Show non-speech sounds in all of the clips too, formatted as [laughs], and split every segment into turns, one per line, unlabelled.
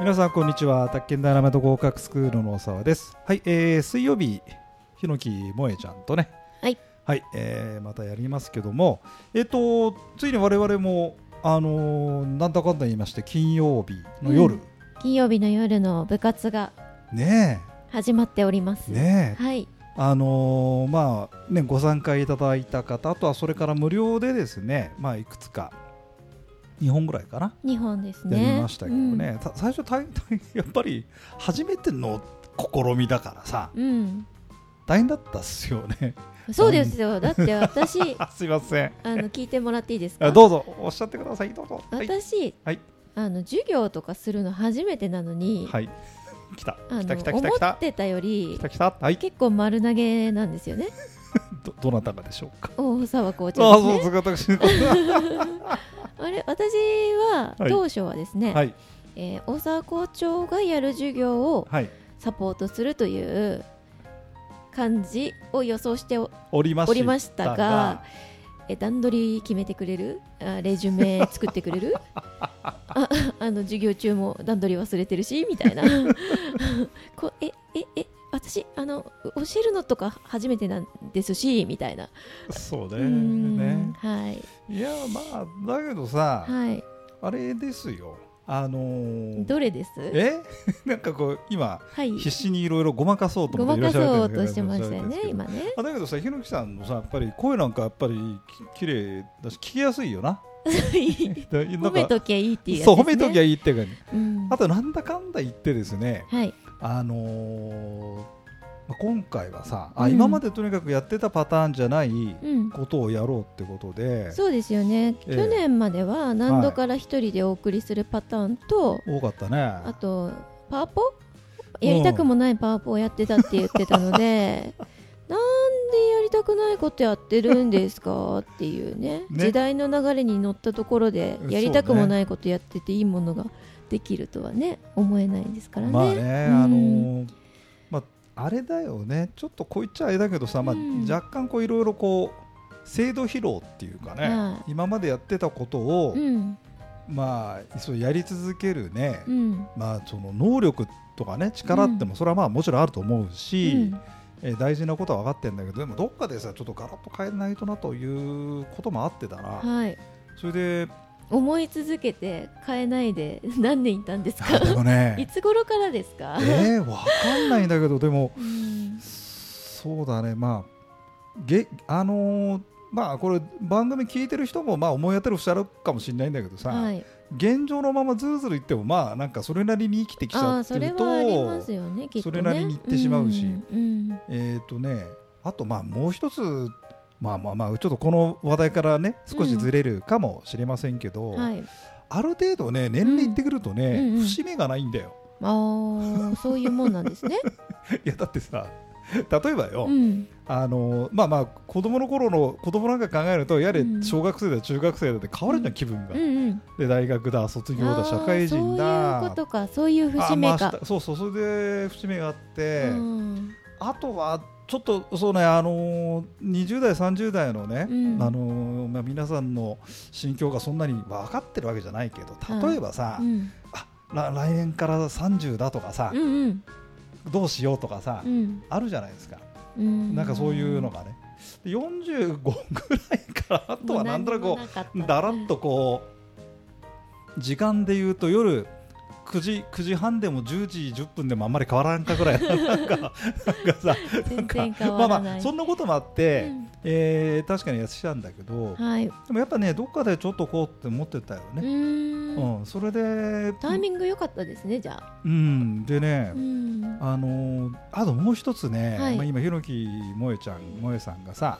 皆さんこんにちは宅建ダイナマイト合格スクールの大沢ですはい、えー、水曜日ひのきもえちゃんとね
はい、
はいえー、またやりますけどもえっ、とついに我々もあのーなんだかんだ言いまして金曜日の夜、
う金曜日の夜の部活が
ね
始まっております。
えねえ
はい、
あのーまあね、ご参加いただいた方あとはそれから無料でですね、まあ、いくつか2本ぐらいかな、
日本です
や
ね。
りましたけどね、た最初大大やっぱり初めての試みだからさ
うん。
大変だったっすよね
うん、そうですよ。だって私あ
あ [laughs] すいません
の聞いてもらっていいです
あ
か。
どうぞおっしゃってくださいどうぞはい、
私、
はい
あの授業とかするの初めてなのに、
はい、来た
あ
来た
の
来た来
思
た来た
ってたより
来た来たはい
結構丸投げなんですよね。
どどなたかでしょうか
大沢校
ああ
長です
そうです私の
ね。
こと
[laughs] あれ私は
はい
当初はですね、
はい
えー大沢校長がやる授業を
はい
サポートするという感じを予想してお
おりました
おりましたがえ段取り決めてくれるあレジュメ作ってく
[laughs]
れるああの授業中も段取り忘れてるしみ
[laughs]
たいなこえええ私あの教えるのとか初めてなんですしみたいな、
そう
う
ね
ーん
ね
はい
いやまあだけどさ、
はい
あれですよあのー
どれです
え [laughs] なんかこう今
はい
必死にいろいろごまかそうと
ご
思っ
ま
ていら
か
っしゃる
そうとしてましたよ
いら
ね
っしゃるんですけど
今ね
あだけどさひのきさんのさやっぱり声なんかやっぱりき綺麗だし聞きやすいよ
[laughs]
なだ [laughs] なんか
褒めときゃいいっていうやつ
そ
です、
う
ね、
褒めときゃいいっていうか
うん
あとなんだかんだ言ってですね
はい
あのーまあ今回はさあ、
うん
今までとにかくやってたパターンじゃない
うん
ことをやろうってことで、
そうですよね、
ええ
去年までは何度から一人でお送りするパターンと、
多かったね
あとパワポやりたくもないパワポをやってたって言ってたので [laughs] なんでやりたくないことやってるんですかっていうね
ね
時代の流れに乗ったところで
そうね
やりたくもないことやってていいものができるとはね思えないですからね。
まあね、
うん
あのーまあ、あれだよねちょっとこう言っちゃあれだけどさ、まあ
うん、
若干こういろいろこう制度疲労っていうかね、
は
今までやってたことを、
うん
まあ、そうやり続けるね、
うん
まあ、その能力とかね力ってもそれはまあもちろんあると思う
う
し、
ん
えー大事なことは分かってるんだけどでもどっかでさちょっとガラッと変えないとなということもあってたら、
はい
それで
思い続けて変えないで何年いたんです
[laughs] あ
か
でも
[laughs] い
ね
つ頃からですか、
えー、分かんないんだけどでも
うん
そうだね、まあ、げあのーまあこれ番組聞いてる人もまあ思い当たる節あるかもしれないんだけどさ、
はい、
現状のままずるずるいってもまあなんかそれなりに生きてきち
あ
ゃ
あ
って
それ
る
はありま
と
すよねきっとね
それなりに言ってしまうし
んうん
えっ、とねあとまあもう一つまあまあまあちょっとこの話題からね少しずれるかもしれませんけど、
はい
ある程度ね年齢いってくるとね、
うんうんうん
節目がないんだよ [laughs]
ああそういうもんなんですね。
いやだってさ例えばよ、
うん、
あのまあまあ子供の頃の子供なんか考えるとやれ
うん
小学生だ中学生だって変わるじゃん、
うん
気分が、
うん、うん。
で大学だ卒業
あ
だ
ー
社会人だ
そういうことか、そういう節目
あまあ
か。
したそうそうそれで節目があって、
うん
あとはちょっとそうねあのー20代30代のね、
うん
あのーまあ、皆さんの心境がそんなに分かってるわけじゃないけど例えばさ、
うん、
ら来年から30だとかさ
う、ん、
どうしようとかさ、
うん、
あるじゃないですか
うん。
なんかそういうの。がねで45ぐらいからあとはなんとなくこうだらっとこう時間で言うと夜9時 ,9 時半でも10時10分でもあんまり変わらんかぐらいなんかなんかさなんか
全然変わ
まあ
らない
まあそんなこともあっ
う
て、
ん
えー確かにやってたんだけど
はい。
でもやっぱねどっかでちょっとこうって思ってたよ
う。
ね、うんんそれで
タイミング良かったですね、じゃあ。
うんでね、
うん。
あのーあともう一つね、
はい
まあ、今、ひろきもえちゃん、もえさんがさ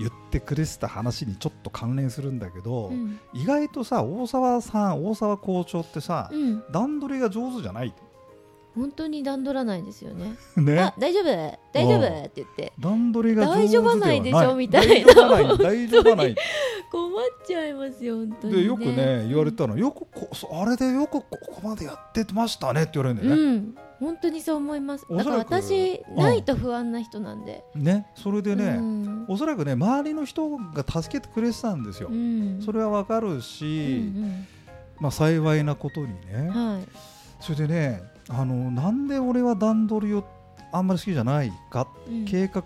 言ってくれてた話にちょっと関連するんだけど、
うん。
意外とさ、大沢さん、大沢校長ってさ、
うん。
段取りが上手じゃない、
本当に段取らないですよね。
ね
あ、、大丈夫、大丈夫って言って。
段取りが上手
大
で
丈
は
夫
な
ないいでしょみたい
大
な
丈夫ない、大丈夫ない
困っちゃいますよ、本当に、ね。
でよくね、言われたの、よくこそうあれでよくここまでやってましたねって言われるんだよね。
うん、本当にそう思います。
お
だ
そ
からら
く
私、
うん
ないと不安な人なんで。
ねそれでね、
うん
おそらくね、周りの人が助けてくれてたんですよ。
うん
それはわかるし、
うん
まあ、幸いなことにね、
うんはい。
それでねあのなんで俺は段取りをあんまり好きじゃないか、
うん
計画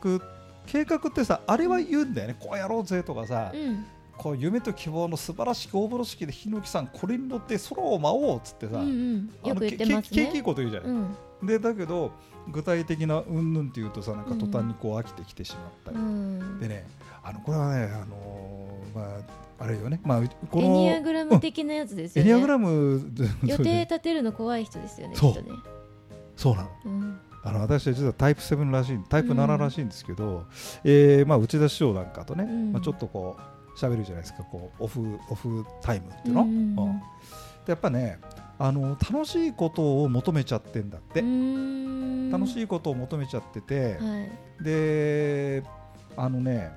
計画ってさあれは言うんだよね、こうやろうぜとかさ、
うん
こう夢と希望の素晴らしき大風呂敷でヒノキさんこれに乗って空を舞おうっつって
う
さ、
んうんよく言って
あの
ま
け
す
け景気いい
ね。
こと言うじゃない、
うん
でだけど具体的なうんぬんっていうとさなんか途端にこう飽きてきてしまったり、
うん
でねあのこれはねあのーまああれよねまあこ
エ
の
ニアグラム的なやつです
エ
よね。
ニアグラム [laughs]
予定立てるの怖い人ですよね。
そう
きっとね
そうなの
うん
あの私は実はタイプ7らしいタイプ7らしいんですけど、えーまあ、内田師匠なんかとね、
うん
まあ、ちょっとこう喋るじゃないですかこうオフオフタイムっていうの、
うんうんうん
うんでやっぱねあの楽しいことを求めちゃってんだっ
う
て、
ーん
楽しいことを求めちゃってて、
はい。
であのね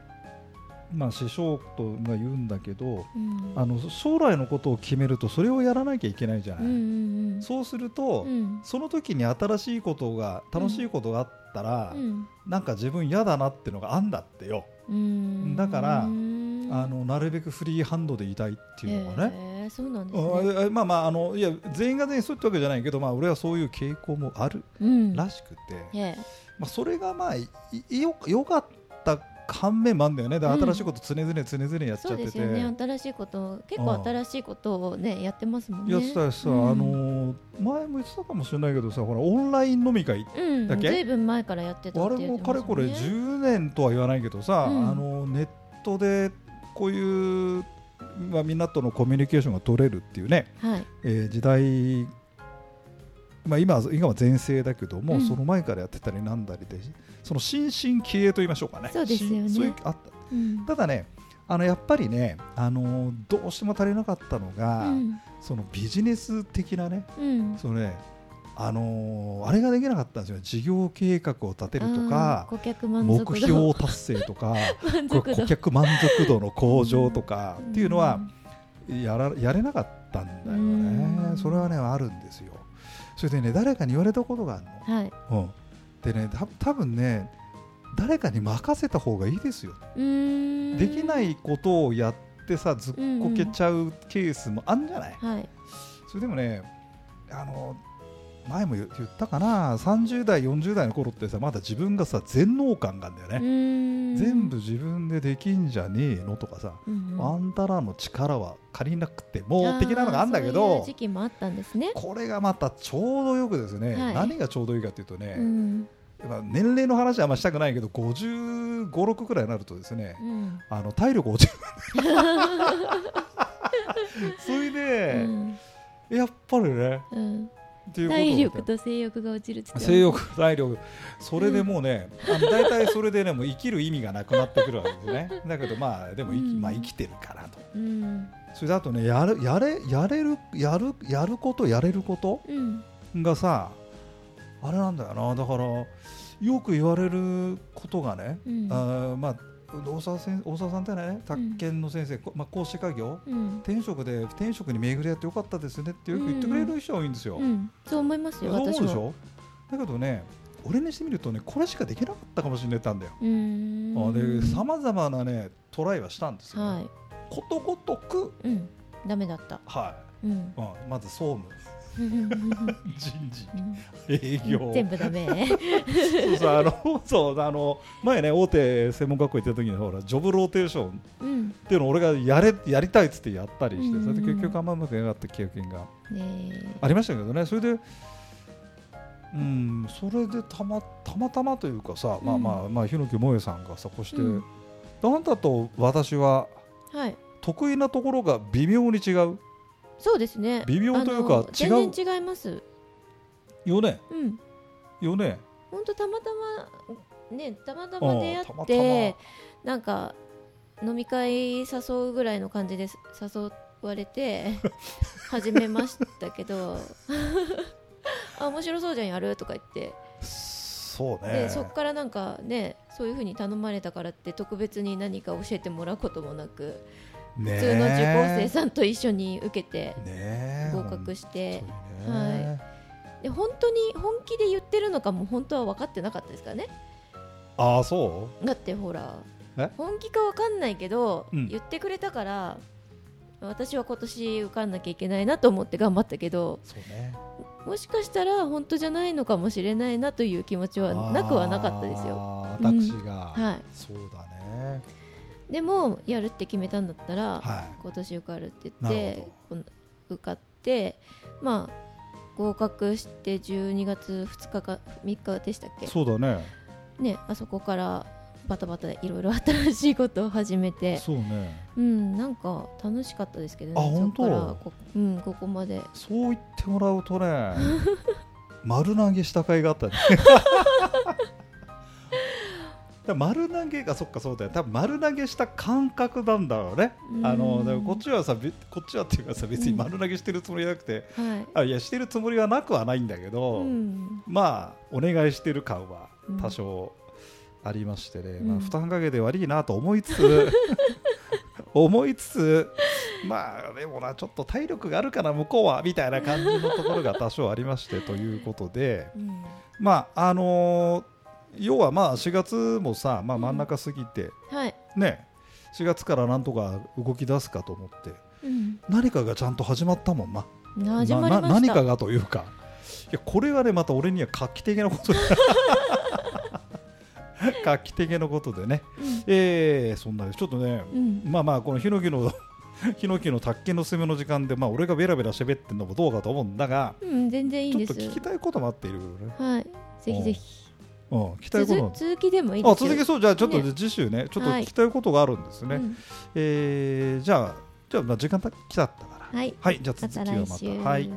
まあ師匠とが言うんだけど
うん
あの将来のことを決めるとそれをやらなきゃいけないじゃな
う
い、
んうんうん。
そうすると、
うん
その時に新しいことが楽しいことがあったら、
うん
なんか自分嫌だなってのがあんだってよ、
うん
だから
うん
あのなるべくフリーハンドでいたいっていうのがね、
へーそうなんです
あ
ね。
あまあまああのいや全員が全員そうってわけじゃないけど、まあ、俺はそういう傾向もある
うん
らしくて、
え
まあ、それがまあいいよよかった反面もあんだよねだから
うん
新しいこと常々常々やっち
そ
ゃ
う
って
です
て、
よね新しいこと結構新しいことをねやってますもんね
やってたしさ、
うん
あのー前も言ってたかもしれないけどさほらオンライン飲み会
うん
だっけ
ずいぶん前からやってた
あ
って
れ
言っ
も
て
か
ま
れ
すも
こ
んね
れ10年とは言わないけどさ、
うん
あのネットでこういう、まあ、みんなとのコミュニケーションが取れるっていうね、
はい
えー時代、まあ、今は今は全盛だけども、
うん
その前からやってたりなんだりでその新進気鋭と言いましょうかね
そうですよね
しそういうあった
うん
ただねあのやっぱりね、あのーどうしても足りなかったのが、
うん
そのビジネス的なね
うん
そのねあのーあれができなかったんですよ事業計画を立てるとか
あー顧客 [laughs] 満足度
目標達成とか
満
こ
足
れ
度
顧客満足度の向上とかっていうのはやらやれなかったんだよ
う
ね
ん
それはねあるんですよそれでね誰かに言われたことがある
うんはい
の、うん、でねた多分ね誰かに任せた方がいいですよ
うーん
できないことをやってさずっこけちゃうケースもあるんじゃない
はい
それでもねあの前も言言ったかな30代40代の頃ってさまだ自分がさ全能感があるんだよね、全
全
部自分でできんじゃねえのとかさ、あんたらの力は借りなくても的なのがあるんだけ
そういう
ど
時期もあったんですね
これがまたちょうどよくですね、
はい
何がちょうどいいかというとね、
うん
まあ年齢の話はあんましたくないけど5 5 6くらいになるとですね、
うん
あの体力落ちるそれで、やっぱりね
うん
っていうことだよ
体力と性欲が落ちるって言って
性欲体力それでもうね、あの大体それでねもう生きる意味がなくなってくるわけですねだけどまあでも生き,、
うん
まあ、生きてるからと
うん
それだとねやるやれやれるやるやることやれること
うん
がさあれなんだよなだからよく言われることがね、
うん
あーまあ大沢先大沢さんってね宅建の先生、こまあ、講師家業
うん
転職で転職に巡り合ってよかったですねってよく言ってくれる人が多いんですよ、
うんそう思いますよ
そう思うで
私
し
は
ょだけどね俺にしてみるとねこれしかできなかったかもしれないたんだよ、
うーん
あでさまざまなねトライはしたんですよ、
は
ことごとく
いうんダメだった
は
う
[laughs]
ん
い、うん、まず総務人事営業
全部ダメ
そうそうあの [laughs] そうあの前ね大手専門学校行った時にほらジョブローテーション
うん
っていうのを俺がやれやりたいっつってやったりして、
うんうん
そ
うん
れで結局あんまうまくいかなかった経験が
ね
ありましたけどねそれでうんそれでたまたまたまというかさ、まあまあまあ檜萌えさんがさこうして、
うん
あんたと私は
えはい
得意なところが微妙に違う
そうですね
微妙というか
あの
違う
全然違います
よね
うん
よね
本当たまたまねたまたま出会って
うんた
なんか飲み会誘うぐらいの感じです誘われ
[laughs]
て始めましたけど [laughs] あ面白そうじゃんやるとか言って、
そう
で
ね
そっからなんかねそういうふうに頼まれたからって特別に何か教えてもらうこともなく、
ね
普通の受講生さんと一緒に受けて
ね
合格して、
本当にね
で本当に本気で言ってるのかも本当は分かってなかったですからね
ああそ
だってほら
え
本気かわかんないけど、
うん
言ってくれたから私は今年受かんなきゃいけないなと思って頑張ったけど
うそうね
もしかしたら本当じゃないのかもしれないなという気持ちはなくはなかったですよ。
あ
う
ー
ん
私が、
は
そうだね
い、でもやるって決めたんだったら、
はい
今年受かるって言
な
っ
る
てこん受かってまあ合格して12月2日か3日でしたっけ
そうだね
ねあそこからバタバタいろいろ新しいことを始めて
そうね
うんなんか楽しかったですけどね
あ本当
そこからこうんここまで
そう言ってもらうと
[laughs]
ね丸投げした甲斐があったねだ丸投げがそっかそうだよ多分丸投げした感覚なんだろうね
うん
あのだからこっちはさべこっちはっていうかさ別に丸投げしてるつもりなくて、
はい
あいやしてるつもりはなくはないんだけど、
うん
まあお願いしてる感は
うん
多少ありましてね、
うん
まあ、負担かけて悪いなと思いつつ
[laughs]
思いつつまあでもなちょっと体力があるかな向こうはみたいな感じのところが多少ありましてということで
うん
まああのー要はまあ4月もさ、まあ、真ん中過ぎて、
はい
ね4月からなんとか動き出すかと思って
うん
何かがちゃんと始まったもんな
始まりまし
な
た
な何かがというかいやこれがねまた俺には画期的な
[laughs]
ことで画期的なことでね、
うん
えーそんなちょっとね
うん
まあまあこのヒノキの [laughs] ヒノキの卓球の攻めの時間で、まあ、俺がベラベラ喋ってんのもどうかと思うんだが
うん全然いい
ちょっ
で
と
す
聞きたいこともあっているけどね、
はいぜひぜひ
うん、聞きたい
続
ことも
続きでもいい
あ
ですよ
続きそうじゃあちょっと
ね
次週ねちょっと
はい
聞きたいことがあるんですね、
うん
えーじゃあじゃあまあ時間た来ちゃったから
はい
はいじゃあ続きは
また来
ま
週
たはい